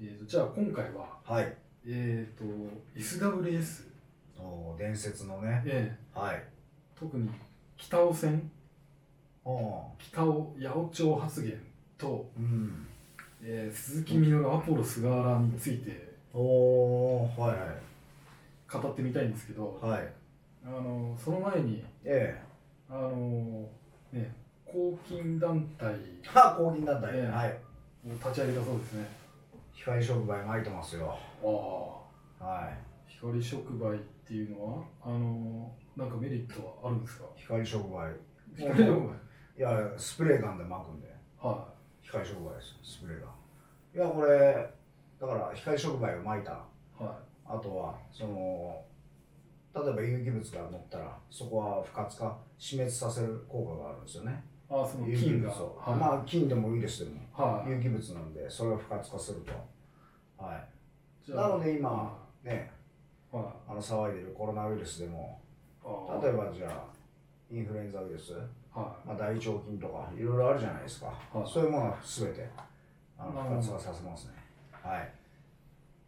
えーとじゃあ今回は、はい。えー、と SWS、おー伝説のね。えはい。ー特に北尾線お北尾八百長発言と、ーうん。えー鈴木みのるアポロ菅原についておーはい語ってみたいんですけど、はい。はい。あのその前にえ あの、ね、公金団体えはあ、公認団体。ええはい。を立ち上げたそうですね光触媒巻いてますよ。ああは光触媒っていうのはあのなんかメリットはあるんですかい。光触媒。光触媒いや、スプレーガンで巻くんで。は光触媒です。スプレーガン。いや、これ、だから光触媒を巻いた。いはあとは、その、例えば有機物が乗ったら、そこは不活化、死滅させる効果があるんですよね。いああその有機金物がを。はい、まあ、菌でもウイルスでも。はい、有機物なんでそれを不活化すると、はじなので今い、ねはいあの騒いでるコロナウイルスでもあー例えばじゃあインフルエンザウイルス、はまあ、大腸菌とかいろいろあるじゃないですか、はいそういうものは全てあなるほどの不活化させますねはい、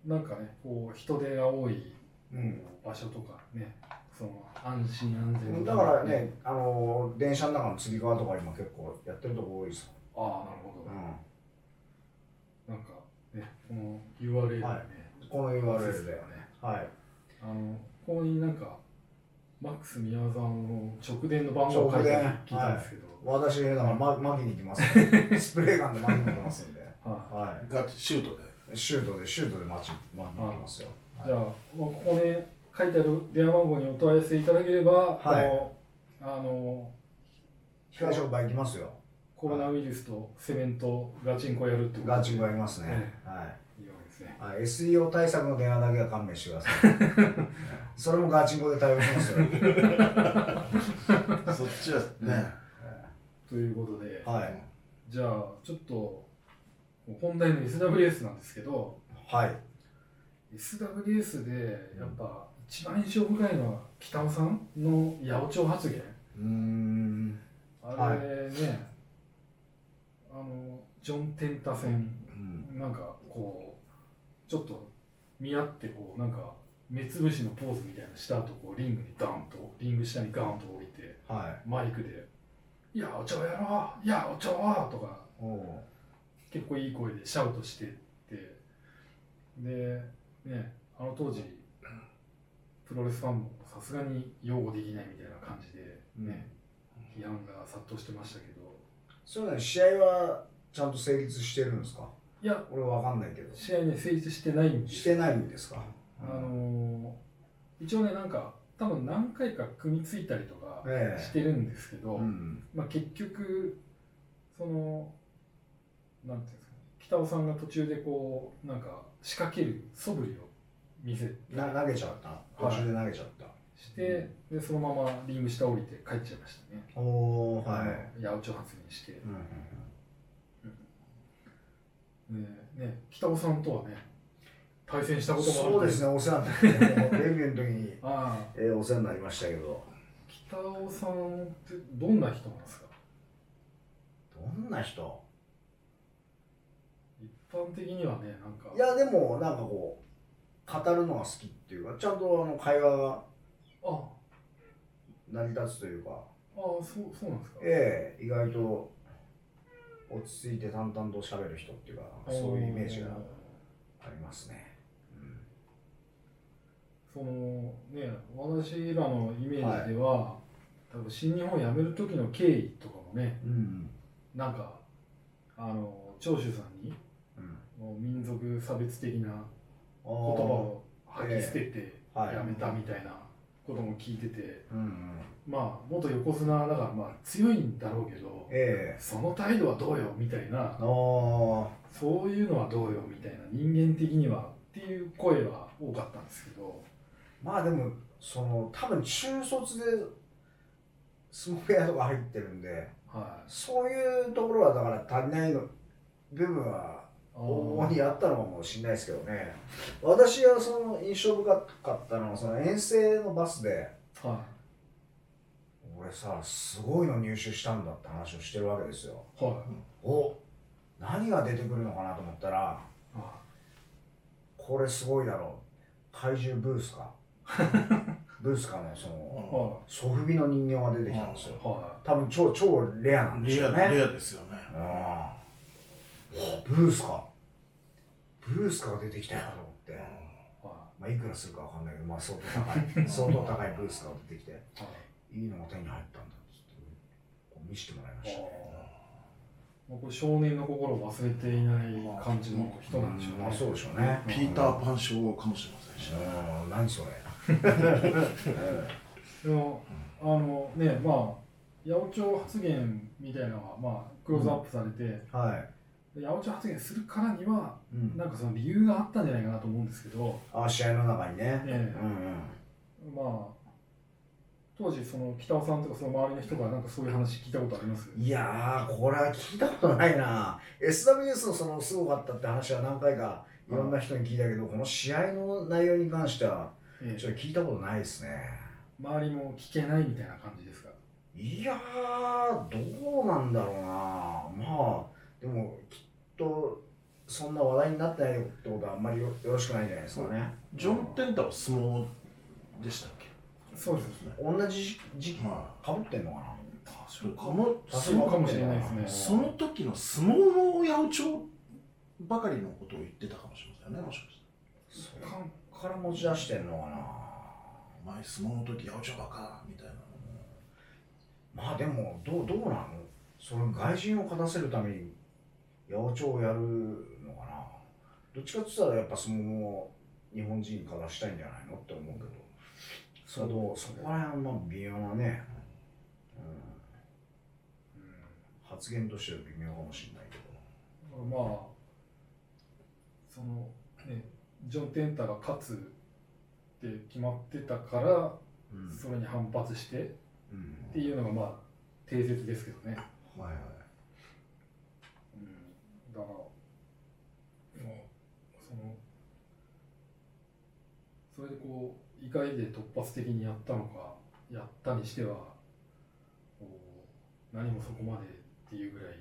いなんかねこう人手が多いうん場所とかねその安心安全のだからね、あの電車の中のつり革とか今結構やってるとこ多いですああなるほもど、ん、なんかねこの URL ね、はいうん、この URL でよねはいあのここになんかマックス宮沢の直伝の番号を書いてあるの聞いたんですけど、私だからま巻きに行きますん でスプレーガンで巻きに行きますんでははいガチシュートで。シュートで、シュートで待ち、待ってますよ。い、じゃあ、まあ、ここね書いてある電話番号にお問い合わせいただければ、はいあのあの東商売行きますよ。コロナウイルスとセメントガチンコやるってことガチンコやりますねえ。はいいわけですねあ。SEO 対策の電話だけは勘弁してくだ さい。それもガチンコで対応しますよ。そっちはね。ということで、はい。じゃあちょっと本題の SWS なんですけどはい。 SWS でやっぱ一番印象深いのは北尾さんの八百長発言うーん。あれね、あのジョン・テンタ戦うんなんかこうちょっと見合ってこうなんか目つぶしのポーズみたいなのした後こうリングにダンとリング下にガンと置いてはい。マイクで「いやお長やろういやお長は!」とかおお結構いい声でシャウトしてってでねあの当時プロレスファンもさすがに擁護できないみたいな感じでう。ね、批判が殺到してましたけどそういうの試合はちゃんと成立してるんですかいや俺わかんないけど。試合ね成立してないんでしすてないんですかあのー一応ねなんか多分何回か組みついたりとかえしえ。てるんですけど、うん。まあ、結局そのなんていうんですかね北尾さんが途中でこうなんか仕掛ける素振りを見せな投げちゃった。途中で投げちゃった。して、でそのままリング下降りて帰っちゃいましたね。おおはい。八百長発言して、うんうんねね、北尾さんとはね対戦したうんこともあるそうですねね、お世話になって、もうデビューの時にああえーお世話になりましたけど北尾さんってどんな人なんですかどんな人一般的にはねなんかいやでもなんかこう語るのが好きっていうかちゃんとあの会話がああ成り立つというかそうそうなんですかええ意外と落ち着いて淡々と喋る人っていうかそういうイメージがありますね、うんそのね私らのイメージでは、多分新日本辞める時の経緯とかもねうんなんかあの長州さんにうん、もう民族差別的なあ言葉ーを吐き捨ててあーはい辞めたみたいなことも聞いてて、うんうんまあ元横綱だからまあ強いんだろうけどええその態度はどうよみたいなあーそういうのはどうよみたいな人間的にはっていう声は多かったんですけどまあでもその多分中卒で相撲部屋とか入ってるんではいそういうところはだから足りないの部分はあ主ーにあったのかもしれないですけどね私はその印象深かったのはその遠征のバスでは俺さすごいの入手したんだって話をしてるわけですよいはいお何が出てくるのかなと思ったらあこれすごいだろう怪獣ブースカブースカのそのはソフビの人形が出てきたんですよいは多分超超レアなんでしレょアうねレアですよね。ああブースカブースカが出てきたよと思って、いはまあ、いくらするかわかんないけど、まあ、相当 高い相当高いブースカが出てきていはいいいのが手に入ったんだっつってこう見せてもらいましたねまあこれ少年の心を忘れていない感じの人なんでしょうまあね。そうでしょうねピーター・パン症かもしれませんしね。うん 何それでうんも、あのね、まあ、八百長発言みたいなのが、まあ、クローズアップされて、はい、で八百長発言するからには、うんなんかその理由があったんじゃないかなと思うんですけど、あ試合の中にね、えうんうん、えまあ、当時、その北尾さんとかその周りの人からなんかそういう話聞いたことありますいやー、これは聞いたことないな。SWS のそのすごかったって話は何回かいろんな人に聞いたけど、この試合の内容に関しては、えちょえっと聞いたことないですね。周りも聞けないみたいな感じですか。いやー、どうなんだろうな。まあ、でも、きっと、そんな話題になってないってことはあんまりよよろしくないんじゃないですかね。ジョン・テンタは相撲でしたっけそうですね。同じ時期、はかぶってんのかな。い。このそうかもしれないですね。その時の相撲の八百長ばかりのことを言ってたかもしれませんね、もしかしたそこから持ち出してんのかな。ら。前相撲の時八百長ばかみたいな。まあでもどうどうなのその外人を勝たせるために八百長をやるのかなどっちかって言ったらやっぱ相撲を日本人に勝たしたいんじゃないのって思うけどそれはどうそこら辺はまあ微妙なね、うん、うん発言としては微妙かもしれないけどまあそのねジョン・テンタが勝つって決まってたから、うんそれに反発してっうんていうのがまあ定説ですけどね、はいはいうん、だからもうそのそれでこう怒りで突発的にやったのかやったにしてはこう何もそこまでっていうぐらい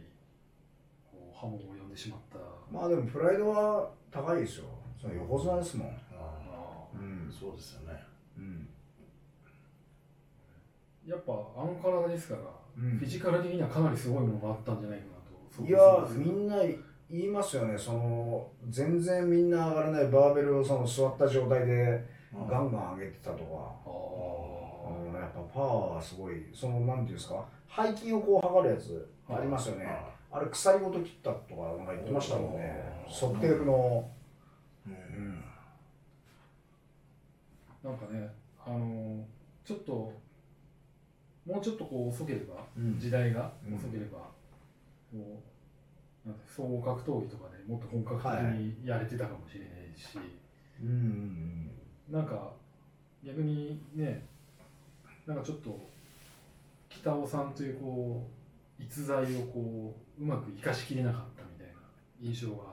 こう波紋を呼んでしまったまあでもプライドは高いですよその横綱ですもんなああうんあそうですよね。うんやっぱあの体ですから、うんフィジカル的にはかなりすごいものがあったんじゃないかなと想像いやすーるみんな言いますよねその全然みんな上がらないバーベルをその座った状態でガンガン上げてたとか、あうんやっぱパワーはすごいそのなんていうんですか背筋をこう測るやつはいありますよね、ああれ鎖ごと切ったとかなんか言ってましたもんねおー測定不能うんんーなんかねあのーちょっともうちょっとこう遅ければうん時代がうん遅ければ、こうなんて総合格闘技とかでもっと本格的にやれてたかもしれないし、うんうんなんか逆にねなんかちょっと北尾さんというこう逸材をこううまく生かしきれなかったみたいな印象が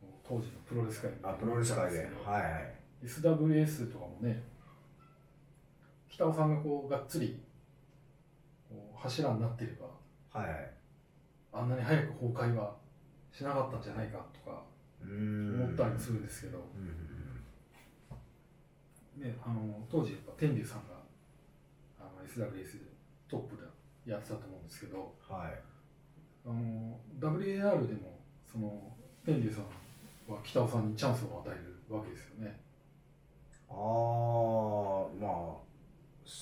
こう当時のプロレス界にあプロレス界ではいはい SWS とかもね北尾さんがこうがっつりこう柱になっていればはいはいあんなに早く崩壊はしなかったんじゃないかとかうん思ったりもするんですけど、うんうんね、あの当時やっぱ天竜さんがあの SWS トップでやってたと思うんですけどうんはいあの WAR でもその天竜さんは北尾さんにチャンスを与えるわけですよね。ああまあ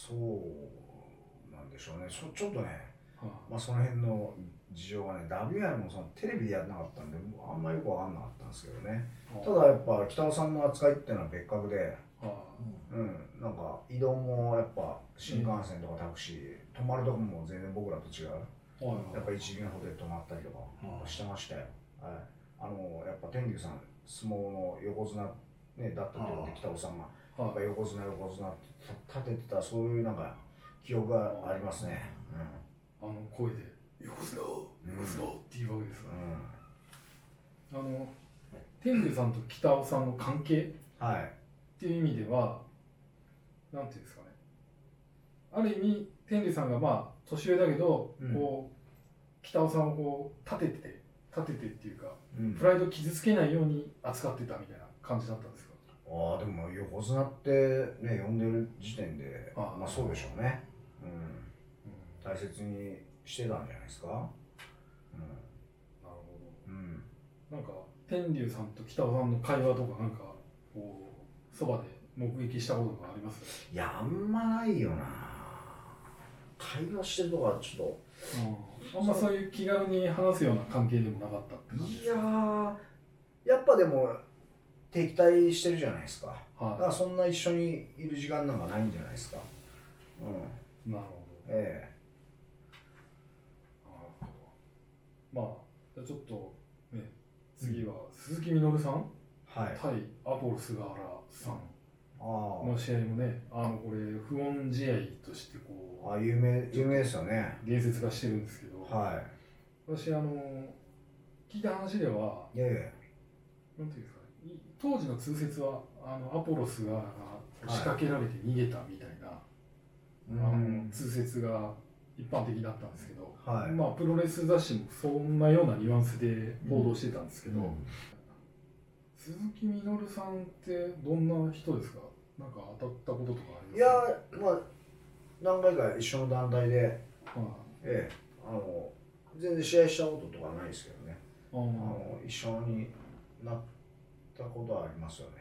そうなんでしょうねちょちょっとねはまあ、その辺の事情がね、WR もそのテレビでやらなかったんで、もうあんまよくわかんなかったんですけどね。あただやっぱ北尾さんの扱いっていうのは別格で、はうん、なんか移動もやっぱ新幹線とかタクシー、泊まるとこも全然僕らと違う。あはいやっぱ一元ホテル泊まったりとかうんしてましたよ。はい、あのやっぱ天竜さん、相撲の横綱、ね、だったってことでうん北尾さんが、やっぱはい横綱横綱って立ててた、そういうなんか記憶がありますね。うんあの声で「横綱横綱!」っていうわけですから、うあの天竜さんと北尾さんの関係ん、はいっていう意味では、なんていうんですかね、ある意味、天理さんがまあ年上だけど、うんこう北尾さんをこう立てて、立ててっていうかうんプライドを傷つけないように扱ってたみたいな感じだったんですかああでも横綱ってね呼んでる時点であまあそうでしょうね、うん、うんな大切にしてたんじゃないですかるほどうん、うん、なんか天竜さんと北尾さんの会話とかなんかこうそばで目撃したことがあります、いやあんまないよな会話してるとかちょっとあんまそういう気軽に話すような関係でもなかったって感じでいすやかーやっぱでも敵対してるじゃないですかだからはそんな一緒にいる時間なんかないんじゃないですかうんいなるほどえなるほどまあじゃあちょっとね次は鈴木みのるさんえはい対アポロ菅原さんあの試合もねあのこれ不穏試合としてこああ有名有名ですよねう伝説化してるんですけど、は私あの聞いた話ではいいやいやなんていうんですかねい当時の通説はあのアポロスが仕掛けられて逃げたみたいな、うあの通説が一般的だったんですけど、はいまあ、プロレス雑誌もそんなようなニュアンスで報道してたんですけど、鈴木みのるさんってどんな人ですかなんか当たったこととかあいりやますまあ何回か一緒の団体でかはいええあの全然試合したこととかないですけどね、ああのの一緒になったことはありますよね、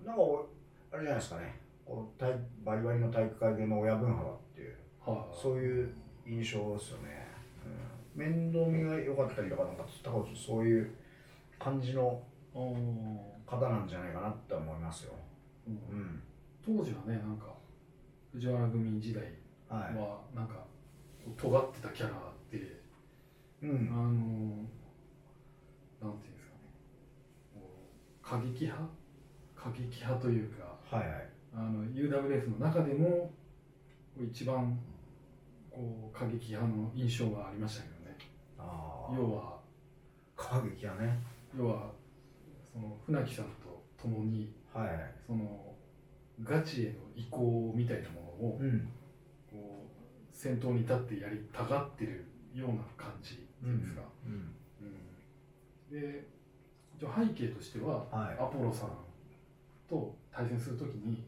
うん、なんかおあれじゃないですかねこう体バリバリの体育会系の親分派だっていうはいそういう印象ですよね、うん、面倒見が良かったりとかなんかつったことそういう感じのあの方なんじゃないかなって思いますようんうん当時はねなんか藤原組時代はい、はなんか尖ってたキャラであうんのなんていうんですかねこう過激派過激派というかはいはいあの UWF の中でもこう一番こう過激派の印象がありましたけどねああ要は過激やね要はその船木さんと共にはいはいそのガチへの移行みたいなものを、うんこう先頭に立ってやりたがってるような感じっていうんですか、うんうんで一応背景としてははアいポロさんと対戦するときに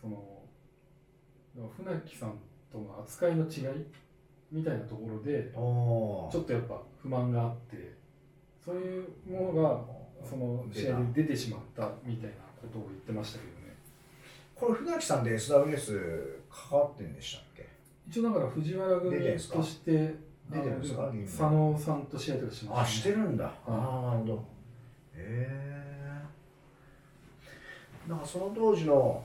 その船木さんとの扱いの違いみたいなところでおちょっとやっぱ不満があってそういうものがその試合で出てしまったみたいなことを言ってましたけどねこれ船木さんで SWS 関わってんでしたっけ一応だから藤原組出てんすかとして出てるんですかあの佐野さんと試合とかしました、あしてるんだ、ああなるほどへえなんかその当時の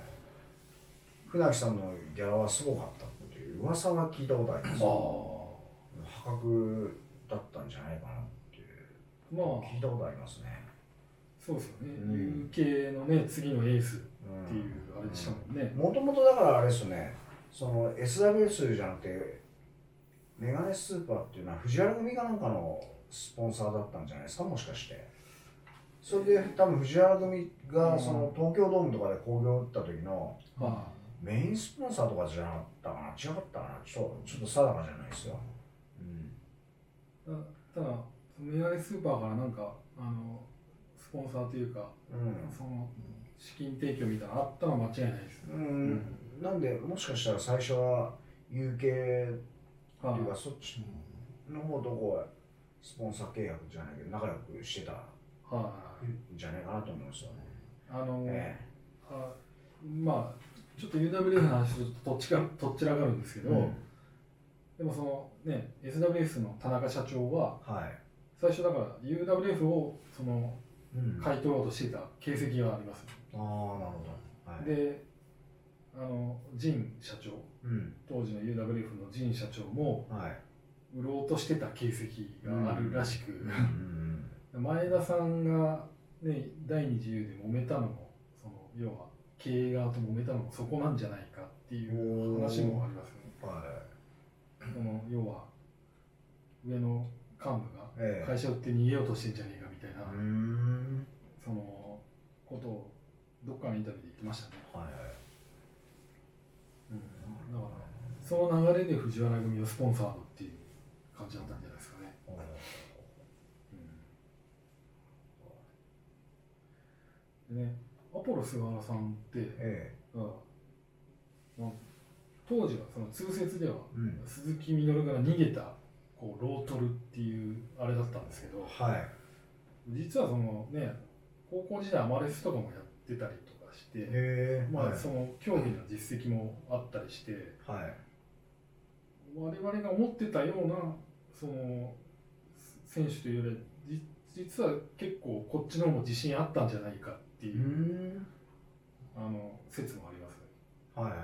船木さんのギャラはすごかったっていう噂は聞いたことありますああ破格だったんじゃないかなっていうまあ聞いたことありますね、そうですよね、うん UK のね次のエースうんっていうあれでしたもんね、もともとだからあれですよね、その SWS じゃなくて、メガネスーパーっていうのは藤原組かなんかのスポンサーだったんじゃないですか、もしかして。それで多分藤原組うんがその東京ドームとかで興行打った時のはメインスポンサーとかじゃなかったかな、違かったかな、ちょちょっと定かじゃないですよ。うん、いたただメガネスーパーからなんかあのスポンサーというかその資金提供みたいなのあったのは間違いないですね、うんうんなんで、もしかしたら最初は UK っていうはいか、そっちの方とこうスポンサー契約じゃないけど、仲良くしてたはいじゃないかなと思うんですよね。あの、えあまあちょっと UWF の話とどっちかどっちらかるんですけえど、でもそのね SWS の田中社長ははい。最初だから UWF をそのうんあ買い取ろうとしていた形跡があります、あ、なるほど。はい。であのジン社長うん。当時の UWF のジン社長もはい。売ろうとしてた形跡があるらしく、うん。前田さんが、ね、第二次 U で揉めたのもその要は経営側と揉めたのもそこなんじゃないかっていう話もありますよねはその要は上の幹い。部えがえ会社売って逃げようとしてんじゃねえかみたいな、うーん。そのことをどっかのインタビューで言ってましたね、はいはい。うん、だからその流れで藤原組をスポンサードっていう感じだったんじゃないですかね。おーでねアポロ菅原さんって、えうんまあ当時はその通説ではえうん鈴木みのるから逃げたこうロートルっていうあれだったんですけどはい実はそのね高校時代アマレスとかもやってたりとかして、へえまはあ、いその競技の実績もあったりして、はい我々が思ってたようなその選手というよりじ実は結構こっちの方も自信あったんじゃないかってういう、んあの説もありますね。はいはいい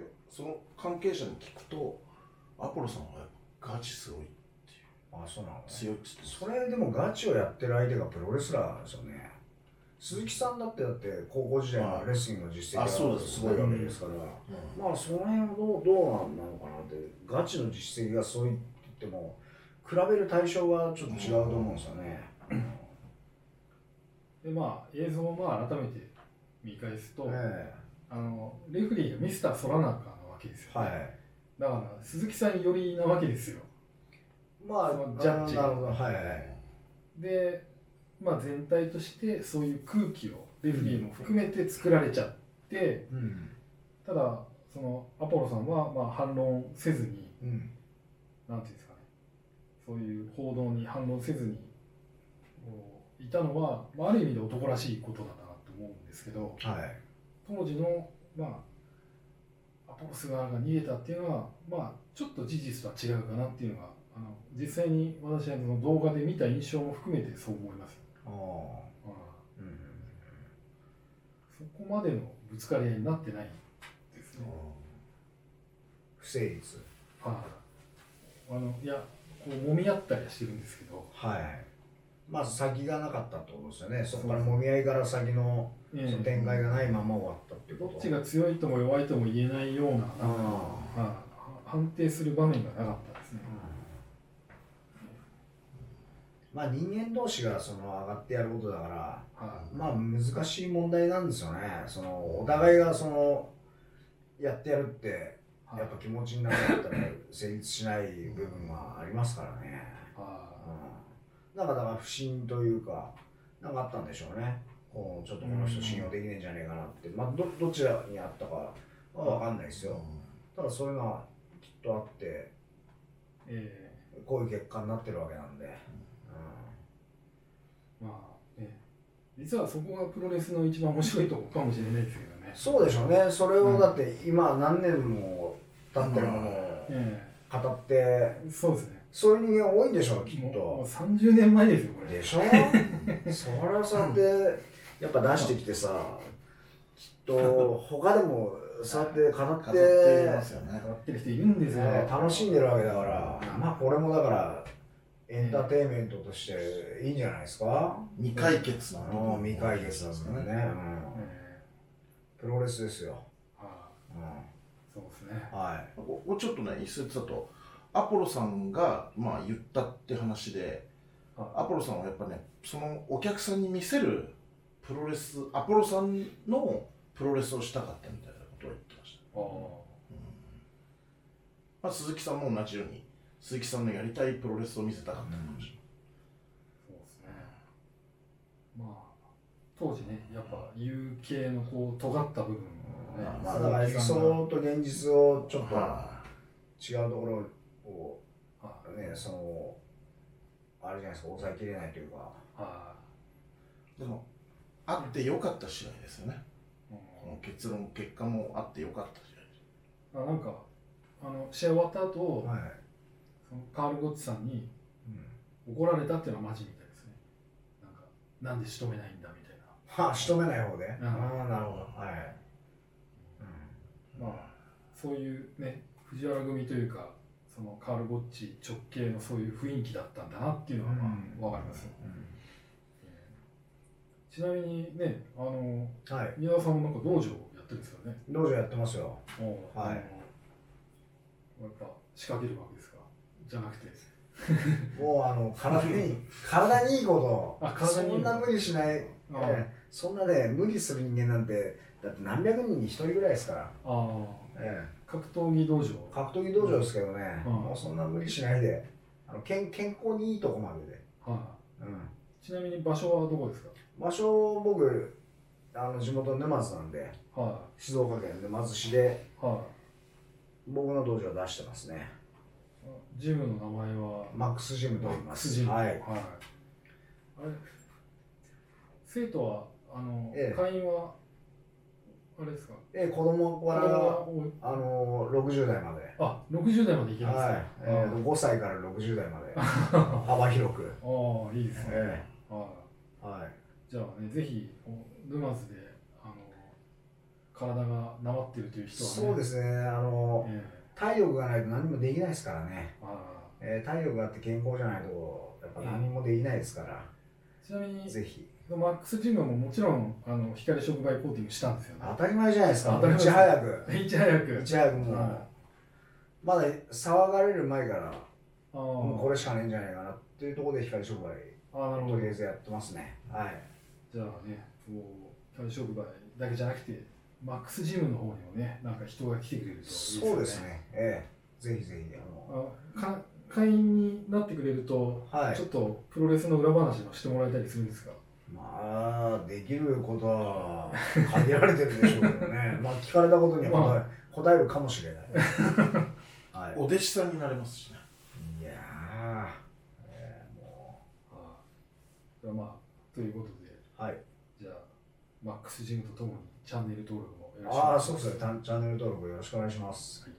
やその関係者に聞くとアポロさんはやっぱガチすごいあそうなの強いっつってそれでもガチをやってる相手がプロレスラーですよね鈴木さんだってだって高校時代のレスリングの実績あそうがですすごいわけですから、うんまあその辺はどうどうなんなのかなってガチの実績がそういって言っても比べる対象がちょっと違うと思うんですよね、でまあ映像をまあ改めて見返すと、えあのレフェリーがミスター・ソラナカなわけですよえね、はいだから鈴木さん寄りなわけですよ。まあそのジャッジなるほどはいはいで、まあ、全体としてそういう空気をレフェリーも含めて作られちゃってうんただそのアポロさんはまあ反論せずに。うんなんていうんですかねそういう報道に反応せずにこういたのは、まあ、ある意味で男らしいことだなと思うんですけどはい当時の、まあ、アポロス側が逃げたっていうのは、まあ、ちょっと事実とは違うかなっていうのがあの実際に私はその動画で見た印象も含めてそう思います、ああうんうんそこまでのぶつかり合いになってないですね、不成立はいあのいやこう揉み合ったりはしてるんですけど、はいまず先がなかったってことですよねそこからそうもみ合いから先のええその展開がないまま終わったっていうどこっとちが強いとも弱いとも言えないような、まああ、は判定する場面がなかったですねあ。まあ人間同士がその上がってやることだからはまあ難しい問題なんですよねそのお互いがそのやってやるっていやっぱ気持ちにならなかったら成立しない部分はありますからね、はうん、なんかだから不信というかなんかあったんでしょうねこうちょっとこの人信用できねえんじゃねえかなって、まあ、どどちらにあったかは分かんないですよただそういうのはきっとあっていえこういう結果になってるわけなんで、うんえまあね、実はそこがプロレスの一番面白いとこかもしれないですけどね。そうでしょうねそれをだって今何年も経ってるものをえ語ってえそうですね。そういう人間多いんでしょうきっもうもうと30年前ですよ、これ。でしょそれはさってやっぱ出してきてさきっと他でもそうやって語って語ってますよねやってる人いるんですよ。ね楽しんでるわけだからうんまあこれもだからエンターテインメントとしていいんじゃないですか未解決あなの未解決だからね、うんえプロレスですよ、えはういそうですね。ん、はいここちょっとね一説だとアポロさんが、まあ、言ったって話でアはポロさんはやっぱねそのお客さんに見せるプロレスアポロさんのプロレスをしたかったみたいなことを言ってました、いああまあ、鈴木さんも同じように鈴木さんのやりたいプロレスを見せたかったのかもしれないそうですね。まあ、当時ね、やっぱ UK のこう尖った部分をねまあだから理想と現実をちょっとは違うところをはねそのあれじゃないですか抑えきれないというかいはいでもあってよかった試合ですよねうんこの結論結果もあってよかった試あなんかあの試合終わった後、はい、そのカール・ゴッチさんにうん、怒られたっていうのはマジみたいですねなんかなんで仕留めないんだみたいなはあ仕留めない方で、んああなるほどはい、まあそういうね藤原組というかそのカール・ゴッチ直系のそういう雰囲気だったんだなっていうのはまうんあわかりますよ、ちなみにねあのうんはい宮田さんもなんか道場やってるんですよね道場やってますよはいあのやっぱ仕掛けるわけですかじゃなくてもうあの体 に体にいいことあ体にいいそんな無理しない、ああええそんなね無理する人間なんてだって何百人に一人ぐらいですから、あーえ格闘技道場え、格闘技道場ですけどね、うんもうそんな無理しないであの健健康にいいとこまでで、はいうん、ちなみに場所はどこですか場所僕あの地元沼津なんでは静岡県沼津市でい、はい、僕の道場出してますねジムの名前はマックスジムと言いまマックスすジムははいい、あれ生徒はあの、ええ会員はあれですかで子供あは多いあの60代まであ60代までいけますはい、えあー、5歳から60代ま で幅広く、ああいいですね、えはえはいいじゃあねぜひこう沼津であの体がなまってるという人はね、そうですすねあのえ体力がないと何もできないですからね、えあえー、体力があって健康じゃないとやっぱ何もできないですから、あちなみにぜひマックスジムももちろんあの光触媒コーティングしたんですよね当たり前じゃないですか当たりい前ち早くいち早くいち早くもう、はまだ騒がれる前からああもうこれしかねえんじゃないかなっていうところで光商売ああなるほとどりあえずやってますねはいじゃあね、こう、キャリ商売だけじゃなくて、マックスジムの方にもね、なんか人が来てくれるといいですよね。そうです。ねええぜひぜひああか会員になってくれると、のはいちょっとプロレスの裏話もしてもらえたりするんですかまあできることは限られてるでしょうけど ねまあ聞かれたことには答え,、答えるかもしれないはいお弟子さんになれますしねいやー、ええもじゃあまあ、ということで、うはいじゃあ、マックスジムとともにチャンネル登録もよろしくお願あいしまあーす。そうですねたチャンネル登録よろしくお願いしますはい